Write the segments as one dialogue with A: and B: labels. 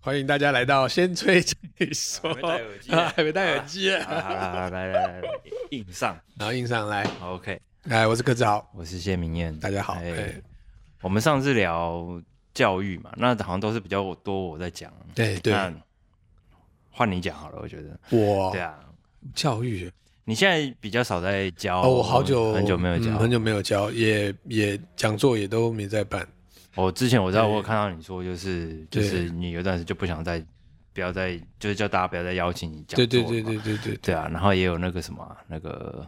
A: 欢迎大家来到先吹再说，
B: 还没戴耳机
A: 啊还没戴耳机，啊
B: 好啦好啦好啦来来来，硬上
A: 然后印上来，哎
B: ，OK，
A: 来，我是柯志豪，
B: 我是谢明燕，
A: 大家好，
B: 哎
A: 哎，
B: 我们上次聊教育嘛，那好像都是比较多我在讲，
A: 哎对对，
B: 那换你讲好了，我觉得，
A: 我
B: 对啊，
A: 教育
B: 你现在比较少在教，
A: 哦，我好久
B: 很久没有
A: 嗯
B: 教，
A: 很久没有教，也也讲座也都没在办，
B: 我之前我知道
A: 对
B: 我有看到你说，就是就
A: 对
B: 是你有一段时间就不想再不要再就是叫大家不要再邀请你讲座
A: 对
B: 了嘛，
A: 对对对对对，
B: 对啊，然后也有那个什么啊那个，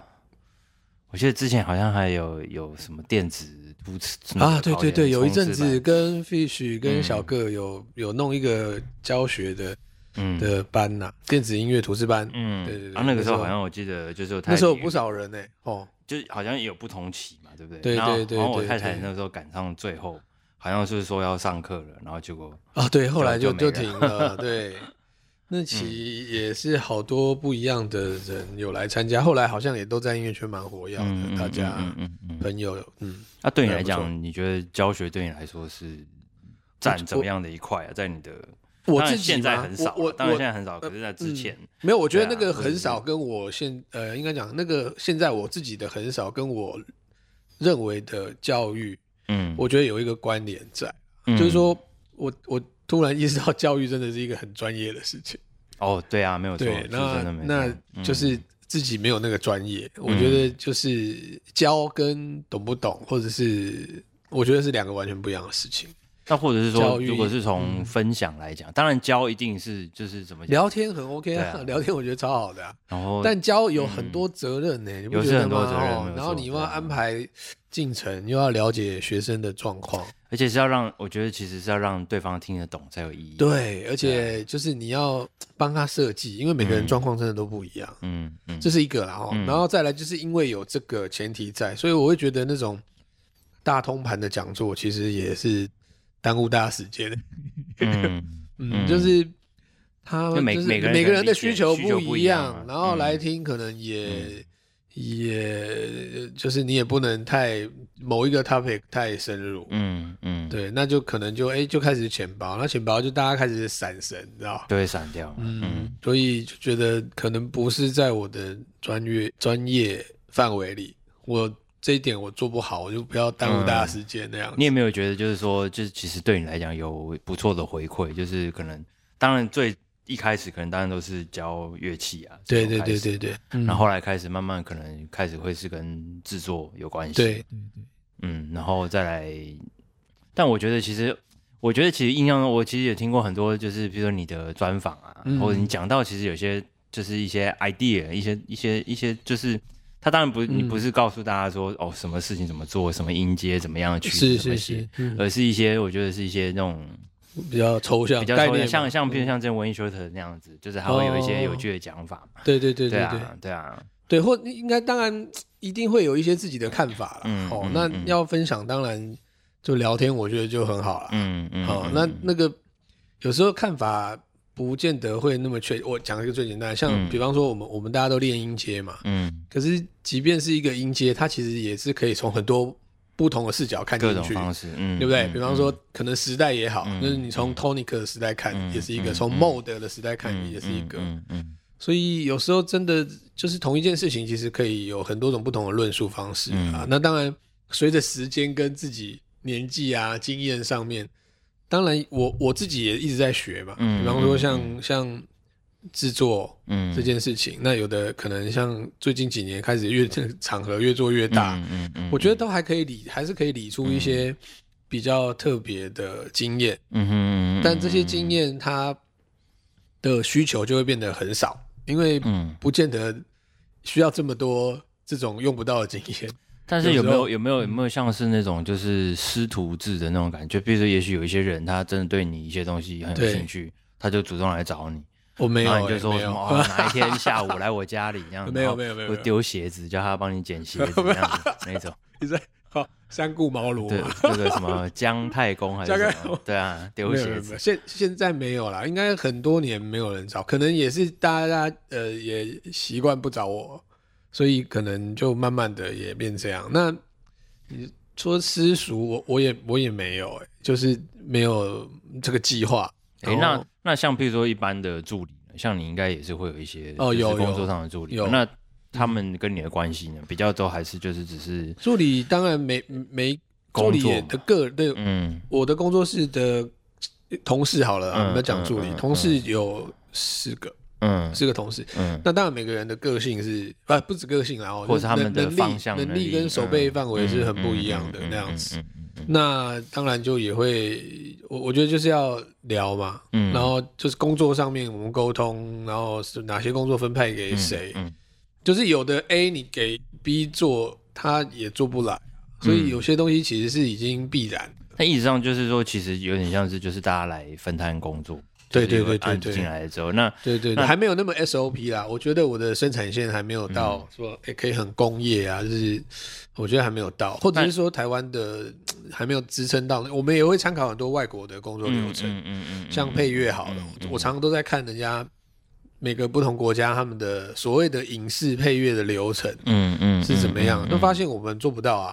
B: 我记得之前好像还有有什么电子突刺
A: 啊，对对对，有一阵，
B: 那
A: 子
B: 个
A: 跟 Fish 跟
B: 嗯
A: 小个有有弄一个教学的
B: 嗯
A: 的班呐，电子音乐图示班，
B: 嗯，
A: 对对对
B: 啊，那个
A: 那时
B: 时候
A: 候
B: 好像我记得就是我太
A: 那时候
B: 太
A: 不，少人呢，哦，
B: 就好像也有不同期嘛，对不对？
A: 对
B: 然后
A: 对对
B: 然后我
A: 对
B: 太太
A: 对
B: 那时候赶上最后，好像是说要上课了，然后结果
A: 啊，对，后来就
B: 就
A: 就
B: 就没
A: 停
B: 嗯
A: 了。对， 那期也是好多不一样的人有来参加，后来好像也都在音乐圈蛮活跃的，
B: 嗯嗯
A: 大家
B: 嗯嗯嗯嗯，
A: 朋友，嗯，
B: 那对你来
A: 还不
B: 讲，你觉得教学对你来说是占怎么样的一块啊？在你的
A: 我
B: 当然
A: 自己
B: 现在
A: 嘛
B: 很少啊，
A: 我我
B: 当然现
A: 我
B: 在很少，可是在之
A: 嗯
B: 前，
A: 没有，我觉得
B: 对
A: 那
B: 啊
A: 个
B: 我
A: 很
B: 是
A: 少跟我现呃，应该讲那个现在我自己的很少跟我认为的教育，
B: 嗯，
A: 我觉得有一个关联在，就是说我我突然意识到教育真的是一个很专业的事情。
B: 哦，对啊，没有错，
A: 对
B: 是，真的
A: 那
B: 没错嗯
A: 那就是自己没有那个专业，我觉得就是教跟懂不懂，或者是我觉得是两个完全不一样的事情。
B: 那或者是说，
A: 教育嗯
B: 如果是从分享来讲，当然教一定是就是怎么讲，
A: 聊天很 OK 啊，
B: 对啊
A: 聊天我觉得超好的、啊，
B: 然后
A: 但教有很多责任呢、你不
B: 嗯有
A: 觉得
B: 是很多
A: 吗
B: 责任
A: 哦
B: 没有
A: 然后
B: 错
A: 你又
B: 对
A: 要
B: 啊
A: 安排进程，又要了解学生的状况，
B: 而且是要让我觉得其实是要让对方听得懂才有意义。，
A: 对，而且就是你要帮他设计，因为每个人状况真的都不一样。
B: 嗯嗯，
A: 这是一个啦哦，
B: 嗯
A: 然后再来就是因为有这个前提在，所以我会觉得那种大通盘的讲座其实也是耽误大家时间的。
B: 嗯
A: 嗯，
B: 嗯
A: 就是他
B: 就每
A: 就是
B: 每个人
A: 每个人的
B: 可能理解
A: 需求
B: 需求不
A: 一
B: 一样啊
A: 然后
B: 嗯
A: 来听可能也也就是你也不能太某一个 topic 太深入。
B: 嗯嗯，
A: 对，那就可能就哎就开始浅薄，那浅薄就大家开始闪神，你知道吧？
B: 就会散掉。嗯
A: 嗯，所以就觉得可能不是在我的专业专业范围里，我这一点我做不好，我就不要耽误大家时间那样子。
B: 你有没有觉得就是说，就是其实对你来讲有不错的回馈，就是可能当然最一开始可能当然都是教乐器啊，
A: 对对
B: 这种
A: 对
B: 开
A: 对
B: 始
A: 对，嗯
B: 然后后来开始慢慢可能开始会是跟制作有关系。
A: 对，
B: 嗯，然后再来，但我觉得其实，我觉得其实印象中，我其实也听过很多，就是比如说你的专访啊，
A: 嗯
B: 或者你讲到其实有些就是一些 idea，一些一些一些就是。他当然不，你
A: 嗯
B: 不是告诉大家说、哦什么事情怎么做，什么音阶怎么样去
A: 是
B: 怎么
A: 是
B: 写
A: 是，，嗯
B: 而是一些我觉得是一些那种
A: 比较抽象
B: 比较
A: 概
B: 抽象
A: 念嗯嘛，
B: 像像比如像这文艺修特那样子，就是还会有一些有趣的讲法嘛。
A: 对对对
B: 对
A: 对对
B: 啊，对啊，
A: 对，或应该当然一定会有一些自己的看法啦。
B: 嗯
A: 哦
B: 嗯，
A: 那
B: 嗯
A: 要分享，当然就聊天，我觉得就很好了。
B: 嗯嗯。
A: 哦，
B: 嗯
A: 那
B: 嗯
A: 那个有时候看法不见得会那么确。我讲一个最简单的，像
B: 嗯
A: 比方说我们、我们大家都练音阶嘛，
B: 嗯
A: 可是即便是一个音阶，它其实也是可以从很多不同的视角看进
B: 各种
A: 去，
B: 方式，嗯，
A: 对不对？
B: 嗯
A: 比方说，可能时代也好，
B: 嗯
A: 就是你从 Tonic 的时代看、
B: 嗯
A: 也是一
B: 嗯
A: 个，从
B: 嗯
A: Mode 的时代看
B: 嗯
A: 也是一个，
B: 嗯嗯嗯
A: 所以有时候真的就是同一件事情，其实可以有很多种不同的论述方式
B: 嗯
A: 啊。那当然，随着时间跟自己年纪啊、经验上面，当然我我自己也一直在学嘛。
B: 嗯
A: 比方说像、像制作
B: 嗯
A: 这件事情，那有的可能像最近几年开始越场合越做越大，
B: 嗯嗯嗯，
A: 我觉得都还可以理，还是可以理出一些比较特别的经验。
B: 嗯哼嗯哼，
A: 但这些经验它的需求就会变得很少，因为
B: 嗯，
A: 不见得需要这么多这种用不到的经验。
B: 但是有没
A: 有时
B: 有
A: 候嗯
B: 有没有有没有像是那种就是师徒制的那种感觉？比如说，也许有一些人他真的对你一些东西很有
A: 对
B: 兴趣，他就主动来找你，
A: 我没有、
B: 然后你
A: 欸，
B: 就说
A: 没
B: 什
A: 有，
B: 么哦，哪一天下午来我家里这样，
A: 没有
B: 然后
A: 没有没有
B: 我丢鞋子，叫他帮你捡鞋子这 样子那种，
A: 你在哦好三顾茅庐
B: 对
A: 嘛？，
B: 那个什么姜太公还是
A: 姜
B: 什
A: 太
B: 么
A: 公？
B: 对啊，
A: 没有
B: 丢
A: 没有
B: 鞋
A: 没
B: 子
A: 有，，现现在没有啦，应该很多年没有人找，可能也是大家呃也习惯不找我，所以可能就慢慢的也变这样。那你说私塾，我我也我也没有、欸，就是没有这个计划。
B: 哎、
A: 然后
B: 那那像譬如说一般的助理呢，像你应该也是会有一些
A: 哦
B: 就是
A: 有
B: 工作
A: 有
B: 上的助理嘛，
A: 有
B: 那他们跟你的关系呢，比较都还是就是只是
A: 助理当然没没助
B: 工
A: 理
B: 作
A: 也
B: 嘛
A: 的个对
B: 嗯
A: 我的工作室的同事好了、啊，
B: 嗯
A: 我们讲助理，
B: 嗯嗯
A: 同事有四个，
B: 嗯
A: 四个同事。
B: 嗯
A: 那当然，每个人的个性是不不止个性啦，哦
B: 或者是他们的
A: 能能力
B: 方向
A: 能
B: 能力嗯
A: 力跟手背范围是很不一样的
B: 嗯嗯嗯嗯
A: 那样子
B: 嗯。
A: 那当然就也会，我我觉得就是要聊嘛，
B: 嗯
A: 然后就是工作上面我们沟通，然后是哪些工作分派给谁，
B: 嗯
A: 就是有的 A 你给 B 做，他也做不来，所
B: 嗯
A: 以有些东西其实是已经必然。
B: 那意思上就是说，其实有点像是就是大家来分摊工作，
A: 对
B: 就是有
A: 对对对
B: 案子
A: 对
B: 进来之后，那
A: 对对对，
B: 那
A: 还没有那么 SOP 啦。我觉得我的生产线还没有到
B: 嗯
A: 说、诶可以很工业啊，就是我觉得还没有到，或者是说台湾的嘖还没有支撑到。我们也会参考很多外国的工作流程，
B: 嗯嗯嗯
A: 像配乐好了，我我常常都在看人家每个不同国家他们的所谓的影视配乐的流程
B: 嗯嗯
A: 是怎么样，都发现我们做不到啊。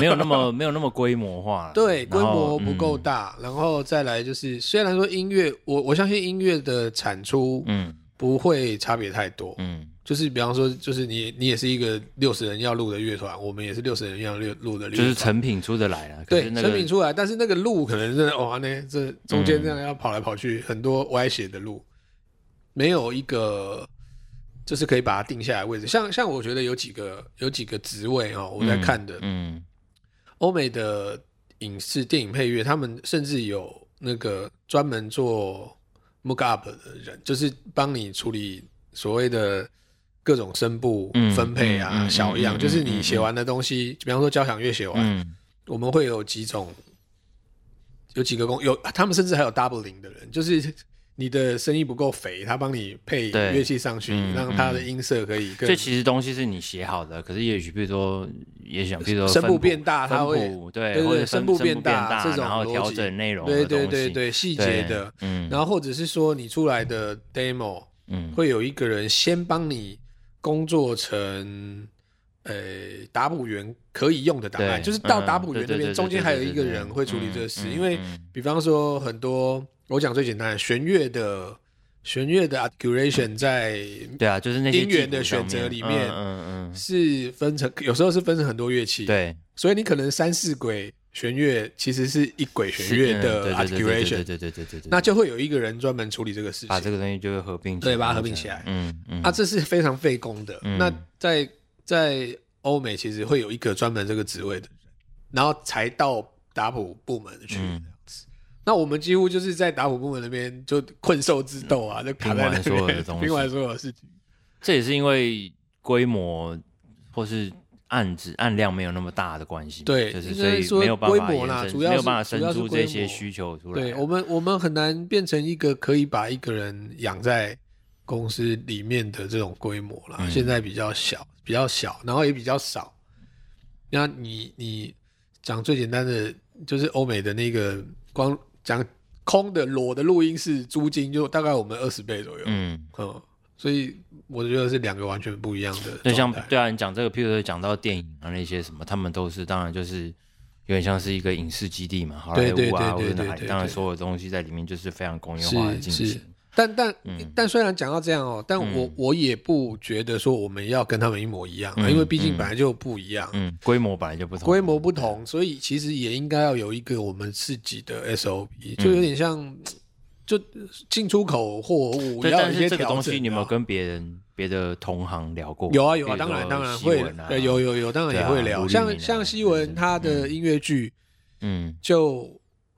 B: 没有那么没有那么规模化，
A: 对，规
B: 然后嗯
A: 模不够，大，然后再来就是，虽然说音乐，我我相信音乐的产出
B: 嗯
A: 不会差别太多，
B: 嗯
A: 就是比方说，就是你你也是一个六十人要录的乐团，我们也是六十人要录录的
B: 嗯，
A: 乐团，
B: 就是成品出得来了，可
A: 对
B: 是那
A: 成
B: 个嗯
A: 品出来，但是那个路可能真的哇呢，这中间这样要跑来跑去，很多歪斜的路，没有一个就是可以把它定下来的位置。像像我觉得有几个有几个职位哦，我在看的
B: 嗯
A: 欧、美的影视电影配乐，他们甚至有那个专门做 mock up 的人，就是帮你处理所谓的各种声部
B: 嗯
A: 分配啊、
B: 嗯嗯嗯
A: 小样，
B: 嗯
A: 就是你写完的东西，比方说交响乐写完，
B: 嗯
A: 我们会有几种，有几个工有，他们甚至还有 doubling 的人，就是。你的声音不够肥，他帮你配
B: 对
A: 乐器上去，
B: 嗯
A: 让他的音色可以更
B: 这其实东西是你写好的，可是也许比如说，也想比如说
A: 声
B: 分
A: 部
B: 谱
A: 变大它会
B: 分谱对
A: 对对
B: 或者
A: 对声部
B: 部
A: 变大
B: 大，
A: 这种
B: 然后
A: 逻辑
B: 调整内容的
A: 对对
B: 东西
A: 对对细
B: 对
A: 节的，
B: 嗯，
A: 然后或者是说你出来的 demo
B: 嗯
A: 会有一个人先帮你工作成，呃，打补员可以用的档案，
B: 对
A: 就是到
B: 嗯
A: 打补员那
B: 对对
A: 边，
B: 对
A: 中间
B: 对
A: 还有
B: 对
A: 一
B: 对
A: 个
B: 对
A: 人会处理
B: 嗯
A: 这个事，
B: 嗯
A: 因为
B: 嗯
A: 比方说很多，我讲最简单的弦乐的弦乐的 articulation 在
B: 对啊，就是那些
A: 音源
B: 技
A: 的
B: 术上
A: 选择里
B: 面，
A: 面
B: 嗯嗯嗯，
A: 是分成，有时候是分成很多乐器，
B: 对，
A: 所以你可能三四轨弦乐其实是一轨
B: 是
A: 弦乐
B: 嗯
A: 的
B: 对对对
A: articulation，
B: 对对对对对对，
A: 那就会有一个人专门处理这个事情
B: 把。这个东西就会合并起来，
A: 对把它合并起来
B: 嗯嗯
A: 啊，这是非常费工的。
B: 嗯
A: 那在在欧美其实会有一个专门这个职位的人，然后才到打谱部门去这样
B: 嗯
A: 子。那我们几乎就是在打谱部门那边就困兽之斗啊，就卡在那
B: 拼完所有的
A: 边
B: 东西
A: 拼完所有的事情。
B: 这也是因为规模或是案子案量没有那么大的关系嘛，
A: 对
B: 就是
A: 应
B: 所
A: 该
B: 以
A: 说
B: 没有办法
A: 规模啦
B: 延伸
A: 主要是
B: 没有办
A: 主
B: 法
A: 要
B: 生
A: 是
B: 出
A: 规
B: 这
A: 模
B: 些需求出来。啊
A: 对我们，我们很难变成一个可以把一个人养在公司里面的这种规模啦。
B: 嗯
A: 现在比较小，比较小，然后也比较少。那你你讲最简单的，就是欧美的那个光讲空的裸的录音室租金，就大概我们二十倍左右。嗯
B: 嗯，
A: 所以我觉得是两个完全不一样的状态。
B: 就像对啊，你讲这个，譬如说讲到电影啊那些什么，他们都是当然就是有点像是一个影视基地嘛，好莱
A: 对对
B: 坞啊或
A: 对对
B: 者
A: 对
B: 哪里，
A: 对
B: 当然
A: 对
B: 所有东西在里面就是非常工业化的
A: 是
B: 进
A: 是
B: 行。，
A: 但但、
B: 嗯
A: 但虽然讲到这样哦，但我、我也不觉得说我们要跟他们一模一样，啊，因为毕竟本来就不一样，啊
B: 嗯，规模本来就不同，
A: 规模不同，所以其实也应该要有一个我们自己的 SOP，就
B: 嗯
A: 有点像、就进出口货物
B: 对，
A: 要有
B: 但
A: 一
B: 是
A: 些
B: 这个
A: 调
B: 东
A: 整
B: 西
A: 啊。
B: 你有没有跟别人、别的同行聊过？
A: 有啊有
B: 比
A: 啊，
B: 如
A: 当然
B: 说
A: 当然
B: 西
A: 会
B: 文啊，
A: 对，有有有，当然也
B: 对啊
A: 会
B: 卢
A: 聊。
B: 立民
A: 像
B: 啊
A: 像希
B: 这
A: 文
B: 些
A: 他的音乐剧，
B: 嗯
A: 就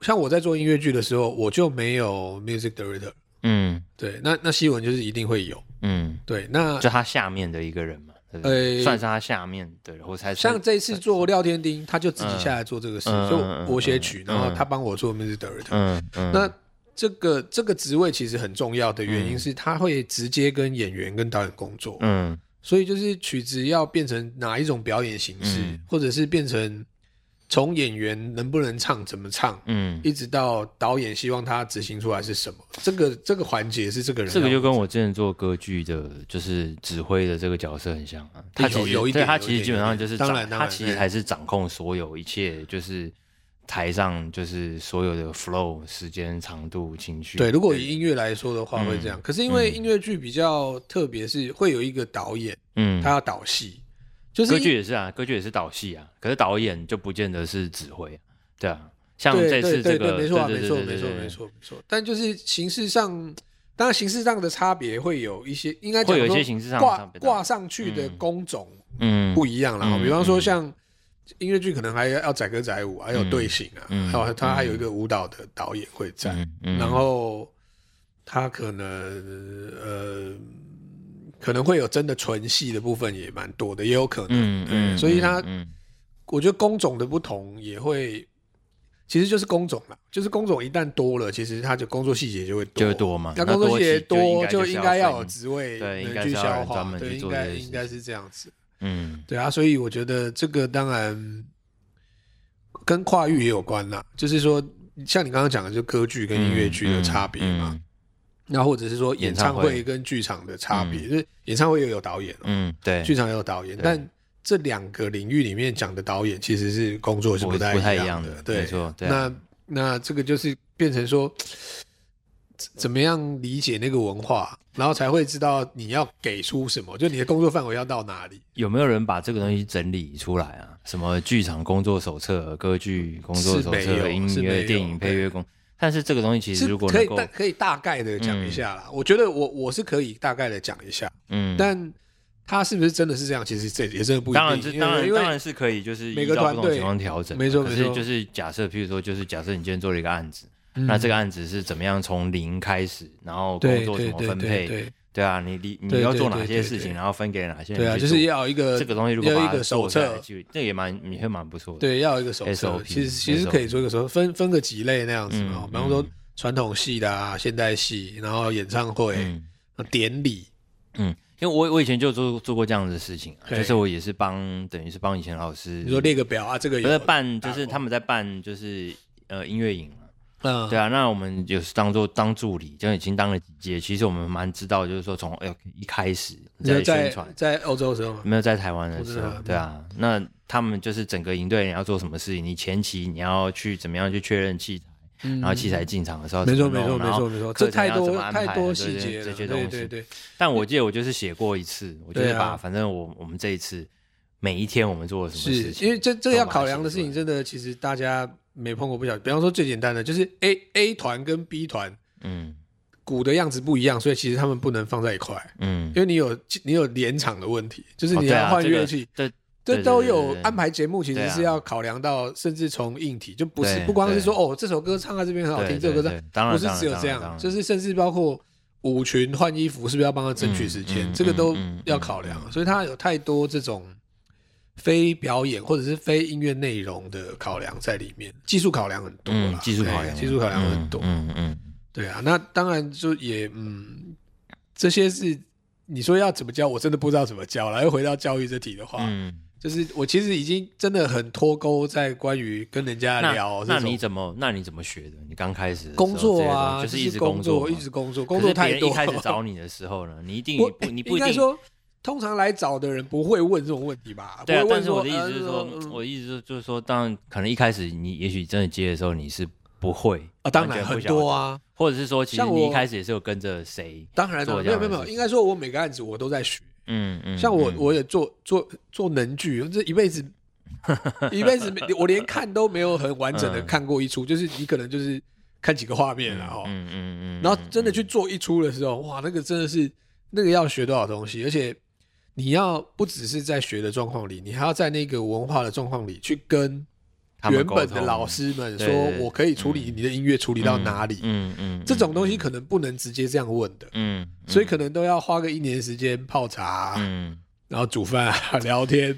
A: 像我在做音乐剧的时候，我就没有 music director，
B: 嗯
A: 对，那那希文就是一定会有，
B: 嗯，
A: 对，那
B: 就他下面的一个人嘛，对不对
A: 呃
B: 算是他下面的人，或才
A: 像这一次做廖天丁，他就自己下来做这个事，
B: 嗯
A: 就
B: 嗯嗯
A: 我写曲，
B: 嗯
A: 然后他帮我做 music director、
B: 嗯嗯，
A: 那这个这个职位其实很重要的原因是，他会直接跟演员跟导演工作，
B: 嗯
A: 所以就是曲子要变成哪一种表演形式，
B: 嗯
A: 或者是变成从演员能不能唱、怎么唱，
B: 嗯，
A: 一直到导演希望他执行出来是什么，这个这个环节是这个人
B: 这个
A: 要
B: 就跟我之前做歌剧的，就是指挥的这个角色很像啊。他其实
A: 有一
B: 对
A: 点
B: 他
A: 有一
B: 其实
A: 点
B: 基本上就是
A: 当然
B: 掌
A: 当
B: 他
A: 然
B: 其实还是掌控所有一切，就是台上就是所有的 flow、时间、长度、情绪。
A: 对，如果以音乐来说的话，会这样。
B: 嗯
A: 可是因为音乐剧比较特别，是会有一个导演，
B: 嗯
A: 他，要导戏，就是
B: 歌剧也是啊，歌剧也是导戏啊，可是导演就不见得是指挥啊，对啊。像
A: 对
B: 这次
A: 对对
B: 这
A: 对
B: 个，
A: 没错啊
B: 对
A: 没
B: 对
A: 错
B: 对对
A: 没错
B: 对
A: 没错没错。但就是形式上，当然形式上的差别会有一些，应该
B: 会有
A: 讲说
B: 一些形式上的
A: 挂
B: 差别
A: 挂上去的
B: 嗯
A: 工种
B: 嗯，
A: 不一样啦。哦
B: 嗯
A: 比方说
B: 嗯
A: 像音乐剧，可能还要载歌载舞，还有
B: 嗯
A: 队形啊，
B: 嗯
A: 还有他
B: 嗯
A: 还有一个舞蹈的导演会在，
B: 嗯嗯
A: 然后他可能呃可能会有真的纯戏的部分也蛮多的，也有可能。
B: 嗯
A: 对
B: 嗯，
A: 所以他
B: 嗯
A: 我觉得工种的不同也会，其实就是工种啦，就是工种一旦多了，其实他的工作细节就会多，
B: 就会多嘛
A: 那
B: 那
A: 工作
B: 多
A: 细节
B: 就应
A: 多，
B: 该
A: 就
B: 就是
A: 应
B: 要
A: 该要
B: 分
A: 有职位
B: 对应
A: 能
B: 该
A: 去
B: 是要有
A: 消
B: 人专
A: 化，
B: 门
A: 对，
B: 去
A: 应
B: 做
A: 该
B: 这些事
A: 应该是这样子。
B: 嗯
A: 对啊，所以我觉得这个当然跟跨域也有关啦，就是说像你刚刚讲的，就歌剧跟音乐剧的差别嘛，，那或者是说演唱
B: 嗯演唱
A: 会
B: 会
A: 跟剧场的差别，
B: 嗯
A: 就是演唱会也有导演、哦，
B: 嗯嗯嗯，对，
A: 剧场也有导演，
B: 对
A: 但这两个领域里面讲的导演其实是工作是
B: 不
A: 太
B: 不太
A: 一
B: 一样
A: 的，
B: 的
A: 对，
B: 没错对啊
A: 那那这个就是变成说。怎怎么样理解那个文化，然后才会知道你要给出什么，就你的工作范围要到哪里。
B: 有没有人把这个东西整理出来啊？什么剧场工作手册、歌剧工作手
A: 是没有
B: 册、音
A: 是没
B: 乐、
A: 有
B: 电影配乐工，但是这个东西 其实
A: 是
B: 如果
A: 可
B: 能
A: 以
B: 够
A: 大，可以大概的讲一下啦。我觉得我我是可以大概的讲一下，
B: 嗯，
A: 但他是不是真的是这样，其实这也真的不一定。
B: 当然这
A: 因为
B: 当然
A: 因为
B: 当然是可以，就是
A: 每
B: 依
A: 个
B: 照
A: 团
B: 不同
A: 队
B: 情况调整嘛，
A: 没错
B: 可
A: 没
B: 是
A: 错
B: 就是假设，譬如说，就是假设你今天做了一个案子，
A: 嗯
B: 那这个案子是怎么样从零开始，然后工
A: 对
B: 作怎
A: 对
B: 么
A: 对
B: 分
A: 对
B: 配，
A: 对
B: 对啊，你你你
A: 对
B: 要
A: 对
B: 做
A: 对
B: 哪
A: 对
B: 些事
A: 对
B: 情，然后分给哪些人
A: 对啊，
B: 去
A: 就是
B: 做
A: 要有一个
B: 这个东西，如果
A: 要有
B: 把
A: 一
B: 它
A: 个手
B: 做下来
A: 册，
B: 其实那个也蛮也会蛮不错的，
A: 对，要有一个手册。
B: SOP
A: 其实其实可以做一个手册，分分个几类那样子嘛。
B: 嗯
A: 比方说传统戏的啊，现代戏，然后演唱会、
B: 嗯。
A: 典礼，
B: 嗯，因为我我以前就做做过这样的事情、啊，
A: 对
B: 就是我也是帮，等于是帮以前老师，
A: 你说列个表啊，这个
B: 不是
A: 有
B: 嗯办，就是他们在办，就是呃音乐营嘛。
A: 嗯
B: 对啊，那我们有时当做当助理，就已经当了几届。其实我们蛮知道，就是说从哎呦一开始
A: 你说
B: 在宣
A: 在
B: 传，嗯
A: 在欧洲的时候嘛，
B: 没有在台湾的
A: 我知
B: 时
A: 道
B: 候，对啊，那他们就是整个营队你要做什么事情，你前期你要去怎么样去确认器材，然后器材进场的时候
A: 嗯没
B: 怎
A: 错
B: 么
A: 没错
B: 弄，
A: 没
B: 然后
A: 错没错，
B: 课
A: 这
B: 程
A: 太
B: 要怎
A: 多
B: 么安排
A: 太多
B: 对
A: 细
B: 对
A: 节了，
B: 这些东
A: 对
B: 西，
A: 对对。
B: 但我记得我就是写过一次，我就是
A: 对啊
B: 把、反正我我们这一次每一天我们做了什么事
A: 是
B: 情，
A: 因为这这个要考量的事
B: 都
A: 情，
B: 把它写出来
A: 真的其实大家没碰过不晓得。比方说最简单的就是 A A 团跟 B 团
B: 嗯
A: 鼓的样子不一样，所以其实他们不能放在一块，
B: 嗯
A: 因，为你有你有连场的问题，就是
B: 哦
A: 你
B: 对
A: 要
B: 啊
A: 换
B: 这个
A: 乐器。
B: 对
A: 这
B: 对对
A: 都
B: 对
A: 有
B: 对对
A: 安排节目，其
B: 对
A: 实
B: 啊
A: 是要考量到，甚至从硬体，就不是
B: 对
A: 不光是
B: 对
A: 说哦，这首歌唱到这边很好
B: 对
A: 听，这首歌
B: 对
A: 唱，
B: 对当然
A: 不是只有这样，就是甚至包括舞裙换衣服，是不是要帮他争取时间，
B: 嗯嗯
A: 这个都
B: 嗯嗯
A: 要考量。
B: 嗯
A: 所以他有太多这种非表演或者是非音乐内容的考量在里面，技术考量很多啦
B: 嗯，技术考
A: 哎
B: 量，
A: 技术考量很多。
B: 嗯嗯嗯
A: 对啊，那当然就也嗯，这些是你说要怎么教，我真的不知道怎么教了。又回到教育这题的话，
B: 嗯。
A: 就是我其实已经真的很脱钩在关于跟人家聊
B: 那
A: 这
B: 那
A: 种
B: 你怎么那你怎么学的？你刚开始的时候
A: 工作啊，
B: 这些东西就是
A: 是
B: 一直
A: 工
B: 作嘛，
A: 一直工作，
B: 可
A: 工
B: 是
A: 作
B: 别
A: 太
B: 人
A: 多。
B: 一开始 找你的时候呢，你一定
A: 我
B: 不你不
A: 应
B: 一
A: 该
B: 定
A: 说，通常来找的人不会问这种问题吧？
B: 对啊
A: 不，会问
B: 但是
A: 说
B: 我的意思就是说，
A: 呃
B: 我的意思就是就是说，当然可能一开始你也许真的接的时候你是不会
A: 啊，当然很多，
B: 完全不晓得
A: 啊，
B: 或者是说其实
A: 像我
B: 你一开始也是有跟着谁，
A: 当然啊
B: 做
A: 没有
B: 这样
A: 没
B: 的
A: 有没有，
B: 事
A: 应该说我每个案子我都在学，
B: 嗯嗯，
A: 像我
B: 嗯
A: 我也做做做能剧，这一辈 子一辈子没我连看都没有很完整的
B: 嗯
A: 看过一出，就是你可能就是看几个画面然后
B: 嗯嗯嗯，
A: 然后真的去做一出的时候，哇，那个真的是那个要学多少东西，而且你要不只是在学的状况里，你还要在那个文化的状况里去跟
B: 他们
A: 原本
B: 沟
A: 的
B: 通
A: 老师们
B: 对
A: 说，
B: 对
A: 我可以处理你的音乐处理到哪里，
B: 嗯嗯，
A: 这种东西可能不能直接这样问的，
B: 嗯，嗯，
A: 所以可能都要花个一年时间泡茶，啊
B: 嗯，
A: 然后煮饭、啊、 聊天，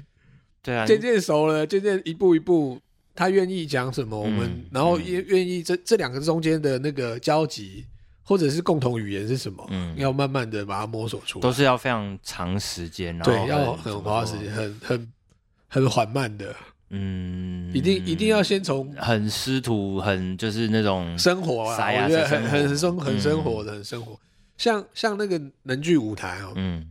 B: 对啊，
A: 渐渐熟了，渐渐一步一步。他愿意讲什么，我们、
B: 嗯
A: 然后也愿意这这两个中间的那个交集，或者是共同语言是什么，
B: 嗯
A: 要慢慢的把它摸索出来。
B: 都是哦要非常长时间，然后
A: 对，要
B: 怎
A: 很
B: 么
A: 花
B: 说
A: 时间，，很很很缓慢的，
B: 嗯，
A: 一定一定要先从
B: 很师徒，很就是那种
A: 生活啊，
B: 塞牙
A: 我觉得
B: 是
A: 很
B: 生活
A: 很很生很生
B: 嗯
A: 活的，很生活。像像那个能剧舞台哦，
B: 嗯，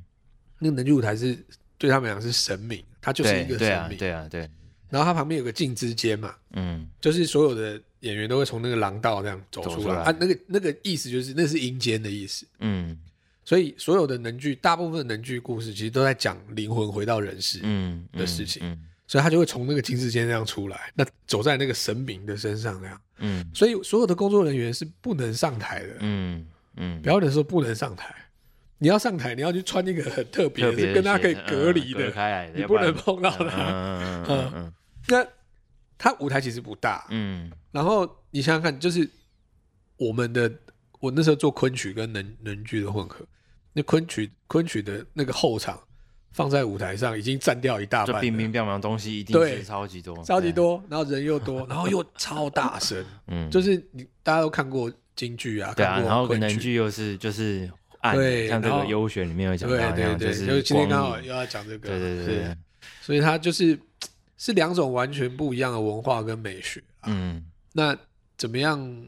A: 那个能剧舞台是对他们来讲是神明，它就是
B: 对
A: 一个
B: 对
A: 神
B: 啊
A: 明。
B: 对啊对，
A: 然后它旁边有个镜之间嘛，
B: 嗯，
A: 就是所有的演员都会从那个廊道这样走
B: 走
A: 出
B: 出
A: 来
B: 来
A: 啊。那个那个意思就是那是阴间的意思，
B: 嗯
A: 所以所有的能剧，大部分的能剧故事其实都在讲灵魂回到人世，
B: 嗯
A: 的事情
B: 嗯
A: 所以他就会从那个镜之间这样出来，那走在那个神明的身上那样。
B: 嗯
A: 所以所有的工作人员是不能上台的，
B: 嗯嗯，
A: 表演的时候不能上台。你要上台，你要去穿一个很特别，
B: 特
A: 的，
B: 别
A: 是跟他可以
B: 写的
A: 隔离
B: 嗯
A: 的，
B: 隔开来的，
A: 你
B: 要
A: 不
B: 然
A: 能碰到他。
B: 嗯 嗯嗯嗯
A: 那他舞台其实不大，
B: 嗯
A: 然后你想想看，就是我们的我那时候做昆曲跟能能剧的混合，那昆曲昆曲的那个后场放在舞台上已经占掉一大
B: 嗯，这
A: 半
B: 冰
A: 了，
B: 冰冰凉东西一定
A: 对
B: 是超级多，
A: 超级
B: 对，
A: 多，然后人又 多，然后又超大声，
B: 嗯，
A: 就是你大家都看过京剧啊，
B: 对啊，
A: 看
B: 然后
A: 过
B: 可
A: 昆
B: 能
A: 剧，
B: 剧又是就是暗
A: 对
B: 的，像这
A: 然
B: 个
A: 后
B: 优选里面有讲到
A: 对
B: 那
A: 对
B: 样，
A: 对，
B: 是
A: 就是今天刚好
B: 光
A: 又
B: 影，
A: 要讲这个，
B: 对对对
A: 是
B: 对，
A: 所以它就是是两种完全不一样的文化跟美学啊。
B: 嗯
A: 那怎么样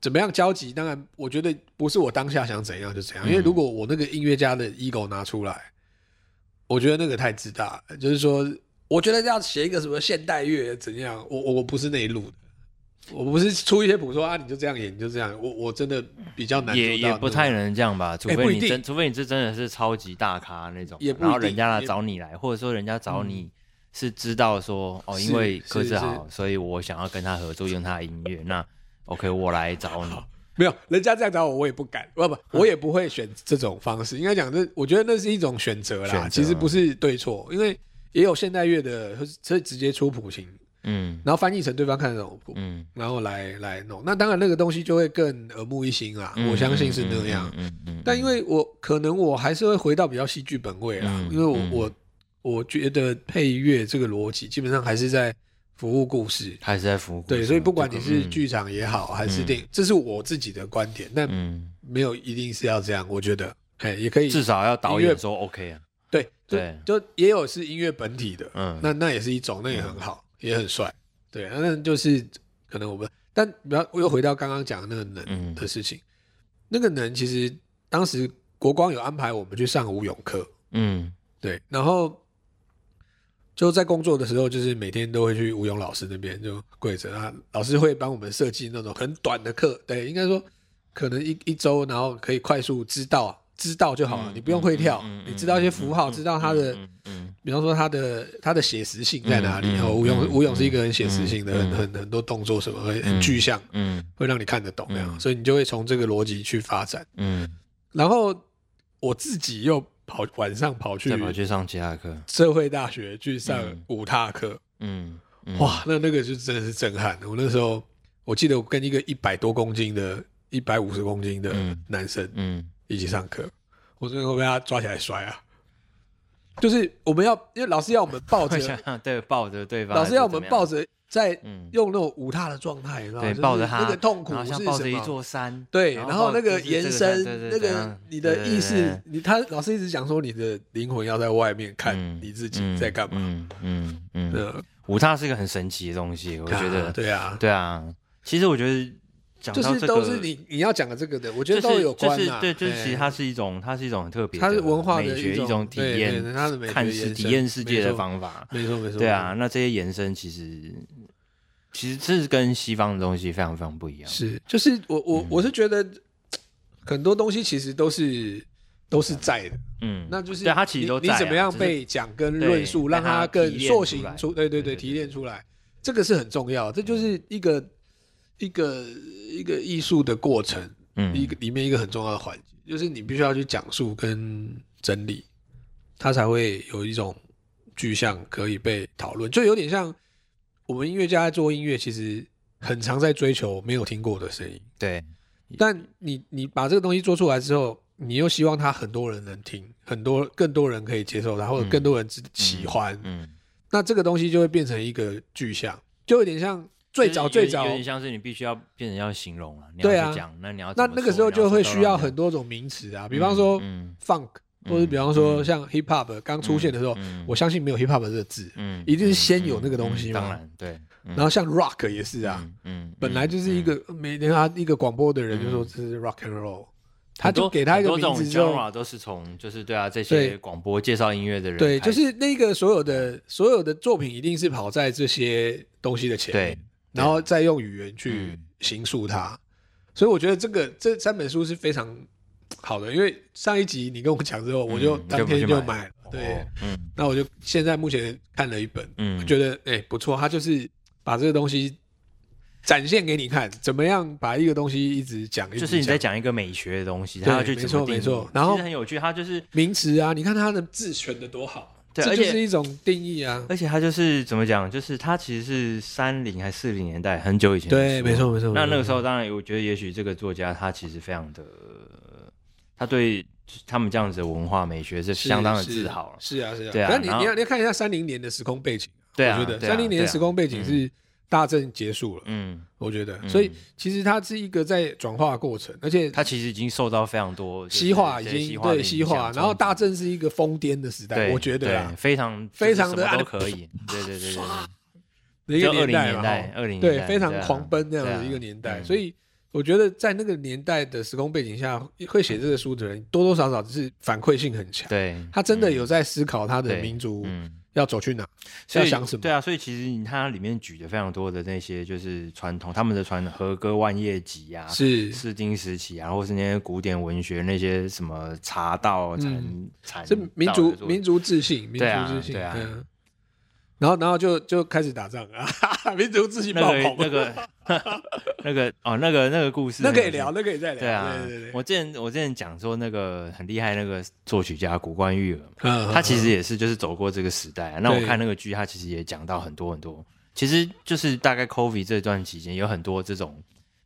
A: 怎么样交集？当然，我觉得不是我当下想怎样就怎样，因为
B: 嗯
A: 如果我那个音乐家的 ego 拿出来，我觉得那个太自大了。就是说，我觉得要写一个什么现代乐怎样，我我我不是那一路的。我不是出一些谱说啊，你就这样演，你就这样。我我真的比较难做到
B: 也也
A: 那
B: 不
A: 种
B: 太能这样吧，除
A: 哎不
B: 非
A: 一
B: 你
A: 定
B: 真，除非你这真的是超级大咖那种
A: 也，不一定
B: 然后人家来找你来，或者说人家找你是知道说哦，
A: 是
B: 因为柯
A: 是
B: 志豪，所以我想要跟他合作，用他的音乐， 那 OK，我来找你，
A: 没有，人家这样找我，我也不敢，不
B: 嗯
A: 不，我也不会选这种方式。应该讲，这我觉得那是一种选择啦，
B: 选择啊
A: 其实不是对错，因为也有现代乐的，就是是直接出谱型，
B: 嗯
A: 然后翻译成对方看得懂的谱，
B: 嗯，
A: 然后来来弄。那当然，那个东西就会更耳目一新啦，
B: 嗯
A: 我相信是那样。，
B: 嗯嗯嗯嗯，
A: 但因为我可能我还是会回到比较戏剧本位啦，
B: 嗯
A: 因为我、
B: 嗯
A: 我我觉得配乐这个逻辑基本上还是在服务故事。
B: 还是在服务，
A: 对，所以不管你是
B: 嗯，
A: 剧场也好，还是电影，这是我自己的观点。但
B: 嗯，
A: 没有一定是要这样，我觉得，哎，也可以
B: 至少要导
A: 音乐
B: 演说 OK 啊，
A: 对就
B: 对
A: 就也有是音乐本体的，
B: 嗯
A: 那那也是一种，那也很好，也很帅，对，那那就是可能我们，但不要又回到刚刚讲的那个能
B: 嗯
A: 的事情，那个能其实当时国光有安排我们去上舞泳课，
B: 嗯
A: 对，然后就在工作的时候，就是每天都会去吴勇老师那边就跪着啊，老师会帮我们设计那种很短的课，对，应该说可能一一周，然后可以快速知道知道就好了，
B: 嗯
A: 你不用会跳，
B: 嗯嗯嗯
A: 你知道一些符号，
B: 嗯
A: 知道它的，
B: 嗯嗯
A: 比方说它的它的写实性在哪里。
B: 嗯嗯
A: 哦，吴勇
B: 嗯
A: 吴勇是一个很写实性的，
B: 嗯
A: 很
B: 嗯
A: 很很多动作什么很很
B: 嗯
A: 具象，
B: 嗯
A: 会让你看得懂那样，
B: 嗯
A: 所以你就会从这个逻辑去发展。
B: 嗯嗯，
A: 然后我自己又跑晚上跑去
B: 再跑去上其他课，
A: 社会大学去上
B: 嗯
A: 舞踏课，
B: 嗯，嗯，
A: 哇，那那个就真的是震撼。我那时候我记得我跟一个一百多公斤的、一百五十公斤的
B: 嗯
A: 男生
B: 嗯。
A: 一起上课，我真的会被他抓起来摔啊！就是我们要，因为老师要我们抱
B: 会想
A: 着，
B: 要对抱着对方，
A: 老师要我们抱，着在
B: 嗯
A: 用那种舞踏的状态，你知道吗？
B: 对，
A: 就是
B: 抱着他
A: 那个痛苦
B: 然后
A: 是
B: 像抱着
A: 什
B: 一
A: 么？
B: 座山，
A: 对，
B: 然
A: 然
B: 后
A: 后那个
B: 就是
A: 延
B: 这个
A: 伸
B: 对，对
A: 那
B: 对怎
A: 个
B: 样
A: 你的
B: 对对
A: 意
B: 对
A: 识
B: 对，
A: 你他老师一直讲说你的灵魂要在外面看
B: 嗯
A: 你自己在干嘛。
B: 嗯嗯嗯嗯，
A: 呃
B: 舞踏是一个很神奇的东西，我觉
A: 啊
B: 得，
A: 对啊，
B: 对啊，其实我觉得讲
A: 就
B: 到
A: 是
B: 这
A: 都
B: 个
A: 是你你要讲的这个的，我觉
B: 就
A: 得
B: 是
A: 都有关
B: 就是
A: 啊。
B: 对，就是
A: 哎
B: 其实它是一种，它是一种很特别的，
A: 它是文化的
B: 美学
A: 一种
B: 种体
A: 对
B: 验
A: 对它的美学
B: 看
A: 延
B: 世
A: 伸
B: 体验世界
A: 没
B: 的
A: 错
B: 方法，
A: 没错没错，
B: 对啊，那这些延伸其实其实这是跟西方的东西非常非常不一
A: 没
B: 样
A: 错，，是就是我
B: 嗯
A: 我我是觉得很多东西其实都是都是在的，
B: 嗯，
A: 那就是
B: 对它其实都
A: 你你
B: 在啊
A: 怎么样
B: 只是
A: 被讲跟
B: 对
A: 论述，让
B: 让它
A: 更
B: 提炼
A: 塑
B: 出
A: 形
B: 来
A: 出，对对对，
B: 对对对嗯
A: 提炼出来，这个是很重要，这就是一个一个一个艺术的过程，
B: 嗯
A: 一个里面一个很重要的环节，就是你必须要去讲述跟整理，它才会有一种具象可以被讨论。就有点像我们音乐家在做音乐，其实很常在追求没有听过的声音，
B: 对，
A: 但你你把这个东西做出来之后，你又希望它很多人能听，很多更多人可以接受它，或者
B: 嗯
A: 更多人知喜欢，
B: 嗯。
A: 那这个东西就会变成一个具象，就有点像最早
B: 就
A: 最
B: 是有
A: 早
B: 有点像是你必须要变成要形容了，你
A: 对
B: 要
A: 啊
B: 去讲，那你要
A: 那
B: 怎么
A: 那个
B: 说
A: 时候
B: 你要
A: 就会
B: 说
A: 需
B: 到
A: 要
B: 哪
A: 很多种名词啊，比方说
B: 嗯
A: funk，
B: 嗯
A: 或者比方说
B: 嗯
A: 像 hip hop 刚出现的时候，
B: 嗯嗯
A: 我相信没有 hip hop 这个字，
B: 嗯
A: 一定是
B: 嗯
A: 先
B: 嗯
A: 有那个东西
B: 嗯
A: 嘛
B: 当然对，然
A: 然后像 rock 也是啊，
B: 嗯，嗯
A: 本来就是一
B: 嗯
A: 个每天他一个广播的人就说
B: 嗯
A: 这是 rock and roll，他就给他一个名字
B: 很多
A: 之
B: 种
A: 后，
B: genre 都是从就是对啊这
A: 对
B: 些广播介绍音乐的人
A: 对，
B: 开
A: 就
B: 始
A: 是那个所有的所有的作品一定是跑在这些东西的前面
B: 对，
A: 然后再用语言去
B: 嗯
A: 形塑它。所以我觉得这个这三本书是非常好的，因为上一集你跟我讲之后，我就
B: 嗯
A: 当天
B: 你
A: 就
B: 就
A: 买了。对
B: 哦，嗯
A: 那我就现在目前看了一本，
B: 嗯，
A: 觉得哎、不错，他就是把这个东西展现给你看，怎么样把一个东西一直讲，一直
B: 就是你在讲一个美学的东西，
A: 对
B: 他要去怎么定义
A: 没错没错然后
B: 其实很有趣，他就是
A: 名词啊，你看他的字选的多好，
B: 对
A: 这
B: 而
A: 就
B: 且
A: 是一种定义啊。
B: 而且他就是怎么讲，就是他其实是三零还四零年代很久以前的
A: 对，
B: 书
A: 没错没错。
B: 那那个时
A: 候，
B: 候，当然，我觉得也许这个作家他其实非常的，他对他们这样子的文化美学是
A: 是
B: 相当的自豪了。
A: 是啊是啊。
B: 对啊
A: 那你
B: 然后
A: 你要你要看一下三零年的时空背景，
B: 对啊
A: 我觉得
B: 对啊
A: 三零年的时空背景
B: 对啊
A: 是大正结束了，
B: 嗯，
A: 我觉得，
B: 嗯
A: 所以其实它是一个在转化的过程，而且
B: 他其实已经受到非常多就是
A: 西化已
B: 这些
A: 经
B: 的
A: 对
B: 影
A: 西化，
B: 响
A: 然后大正是一个疯癫的时代，
B: 对，
A: 我觉得啊
B: 对，非常
A: 非常的
B: 就是什
A: 按
B: 么
A: 得
B: 都 可以，对对对对
A: 的
B: 对，
A: 一个
B: 就二零
A: 代
B: 年
A: 嘛，
B: 代啊
A: 哈，
B: 二零
A: 对，非常狂奔那样的一个年
B: 嗯
A: 代，所以我觉得在那个年代的时空背景下，会写这个书的人多多少少是反馈性很强，
B: 对
A: 他真的
B: 嗯
A: 有在思考他的
B: 对
A: 民族
B: 嗯。
A: 要走去哪，
B: 所以
A: 要想什么
B: 对啊，所以其实你看它里面举的非常多的那些就是传统，他们的传和歌万叶集啊，
A: 是
B: 士丁时期啊，或是那些古典文学那些什么茶道、禅
A: 嗯
B: 禅
A: 是
B: 道的
A: 民族
B: 作品
A: 民族自信，民
B: 对啊
A: 族自信，
B: 对啊
A: 嗯。然后，然后就就开始打仗 啊！哈哈民族自信爆
B: 那
A: 棚
B: 个，那个 那个哦，那个那个故事，
A: 那可以
B: 个
A: 聊，。那可以再聊。
B: 对啊，
A: 对对对，
B: 我之前我之前讲说那个很厉害那个作曲家古关裕而，
A: 嗯
B: 他其实也是就是走过这个时代、啊。那
A: 对
B: 我看那个剧，他其实也讲到很多很多，其实就是大概 COVID 这段期间有很多这种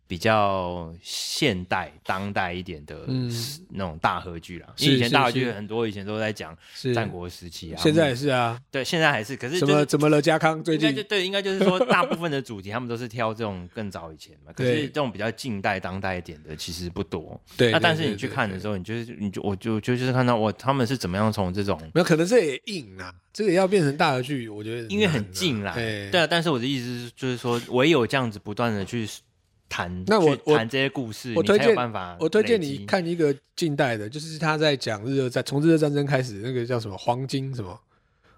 B: 比较现代、当代一点的
A: 嗯
B: 那种大合剧啦。
A: 是
B: 因为以前
A: 是
B: 大合剧
A: 是
B: 很多以前都在讲
A: 嗯是
B: 战，国时期啊，
A: 现在也是啊。
B: 对，现在还是，可是
A: 什
B: 就
A: 么
B: 是。
A: 怎么了？家康最
B: 应该就
A: 近
B: 对，应该就是说，大部分的主题他们都是挑这种更早以前嘛。可是
A: 对
B: 这种比较近代、当代一点的其实不多。
A: 对，
B: 那但
A: 对
B: 是你去看，的
A: 对对
B: 时候，你就是你就我就就就是看到我他们是怎么样从这种
A: 没有可能这也硬啊，这个要变成大合剧，我觉得
B: 因为
A: 难
B: 很
A: 啊
B: 近啦，
A: 对
B: 对啊。但是我的意思是，就是说，唯有这样子不断的去谈，
A: 那我
B: 去
A: 我
B: 谈这些故事，
A: 我推
B: 你才
A: 荐
B: 有办法。
A: 我推荐你，看一个近代的，就是他在讲日俄战，从日俄战争开始，那个叫什么黄金什么，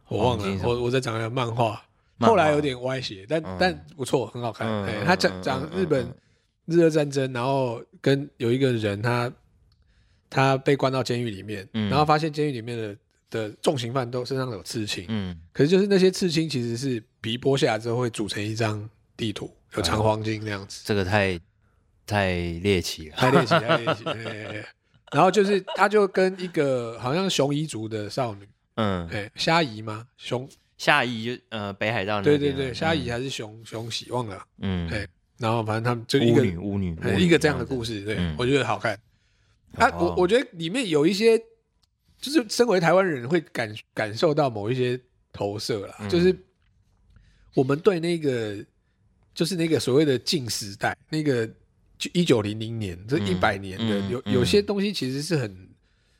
A: 我忘
B: 黄金
A: 了。
B: 什么
A: 我我在讲的漫画，
B: 漫画
A: 后来有点歪斜，但、
B: 嗯
A: 但不错，很好看。
B: 嗯
A: 哎
B: 嗯
A: 他讲
B: 嗯
A: 讲
B: 嗯嗯
A: 日本
B: 嗯
A: 日俄战争，然后跟有一个人他他被关到监狱里面，
B: 嗯
A: 然后发现监狱里面的的重刑犯都身上有刺青，
B: 嗯，
A: 可是就是那些刺青其实是皮剥下来之后会组成一张地图，
B: 哎
A: 有长黄金那样子。
B: 这个太太猎奇了，
A: 太 猎奇，太猎奇。对对对哎然后就是，他就跟一个好像熊彝族的少女，
B: 嗯，
A: 哎，虾夷吗？熊，
B: 下一就呃北海道那
A: 对
B: 边
A: 对
B: 啊
A: 对，虾夷，还是熊熊喜忘了。
B: 嗯，
A: 对
B: 嗯
A: 然后反正他们就一
B: 巫
A: 个
B: 女巫女
A: 哎
B: 巫女
A: 一个这样的
B: 子
A: 故事，对
B: 嗯
A: 我觉得好看。啊，
B: 哦
A: 我我觉得里面有一些，就是身为台湾人会感感受到某一些投射啦，
B: 嗯
A: 就是我们对那个就是那个所谓的近时代，那个就一九零零年这一
B: 嗯
A: 百年的，
B: 嗯
A: 有
B: 嗯
A: 有些东西其实是很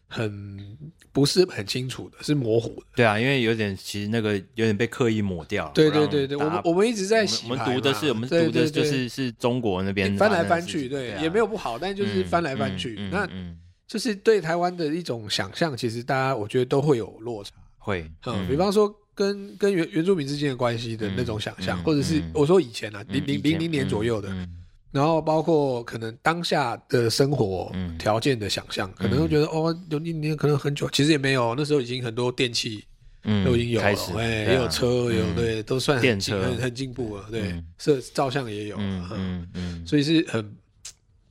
A: 很不是很清楚的，是模糊的。
B: 对啊，因为有点其实那个有点被刻意抹掉了，
A: 对
B: 不
A: 对
B: 让
A: 对对，我
B: 大家
A: 们我们一直在洗
B: 我们
A: 牌
B: 我们读的
A: 嘛
B: 是我们
A: 对
B: 读的
A: 对对
B: 就是是中国那边
A: 翻
B: 发
A: 来
B: 生的
A: 翻
B: 事
A: 去，
B: 情
A: 对，
B: 啊
A: 也没有不好，但就是
B: 嗯
A: 翻来翻
B: 嗯
A: 去。
B: 嗯
A: 那
B: 嗯
A: 就是对台湾的一种想象，其实大家我觉得都会有落差。
B: 会，
A: 嗯，比方说跟跟原原住民之间的关系的那种想象，
B: 嗯嗯
A: 或者是
B: 嗯
A: 我说以前啊，
B: 嗯
A: 零零
B: 以前
A: 零零年左右的，
B: 嗯嗯
A: 然后包括可能当下的生活
B: 嗯
A: 条件的想象，可能会觉得哦，有一年可能很久，其实也没有，那时候已经很多电器
B: 嗯
A: 都已经有了
B: 开始，，
A: 哎，
B: 对啊
A: 也有车，也有
B: 嗯
A: 对，都算很
B: 电
A: 进
B: 车
A: 很很进步了，对
B: 嗯，
A: 摄照相也有，
B: 嗯
A: 嗯，
B: 嗯嗯，
A: 所以是很